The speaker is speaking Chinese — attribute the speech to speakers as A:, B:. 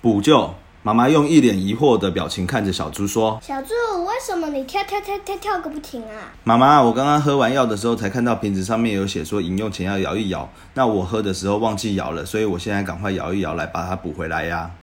A: 补救。妈妈用一脸疑惑的表情看着小猪说
B: 小猪，为什么你跳跳跳跳跳个不停啊？：“
A: 妈妈，我刚刚喝完药的时候才看到瓶子上面有写说饮用前要摇一摇，那我喝的时候忘记摇了，所以我现在赶快摇一摇来把它补回来呀。”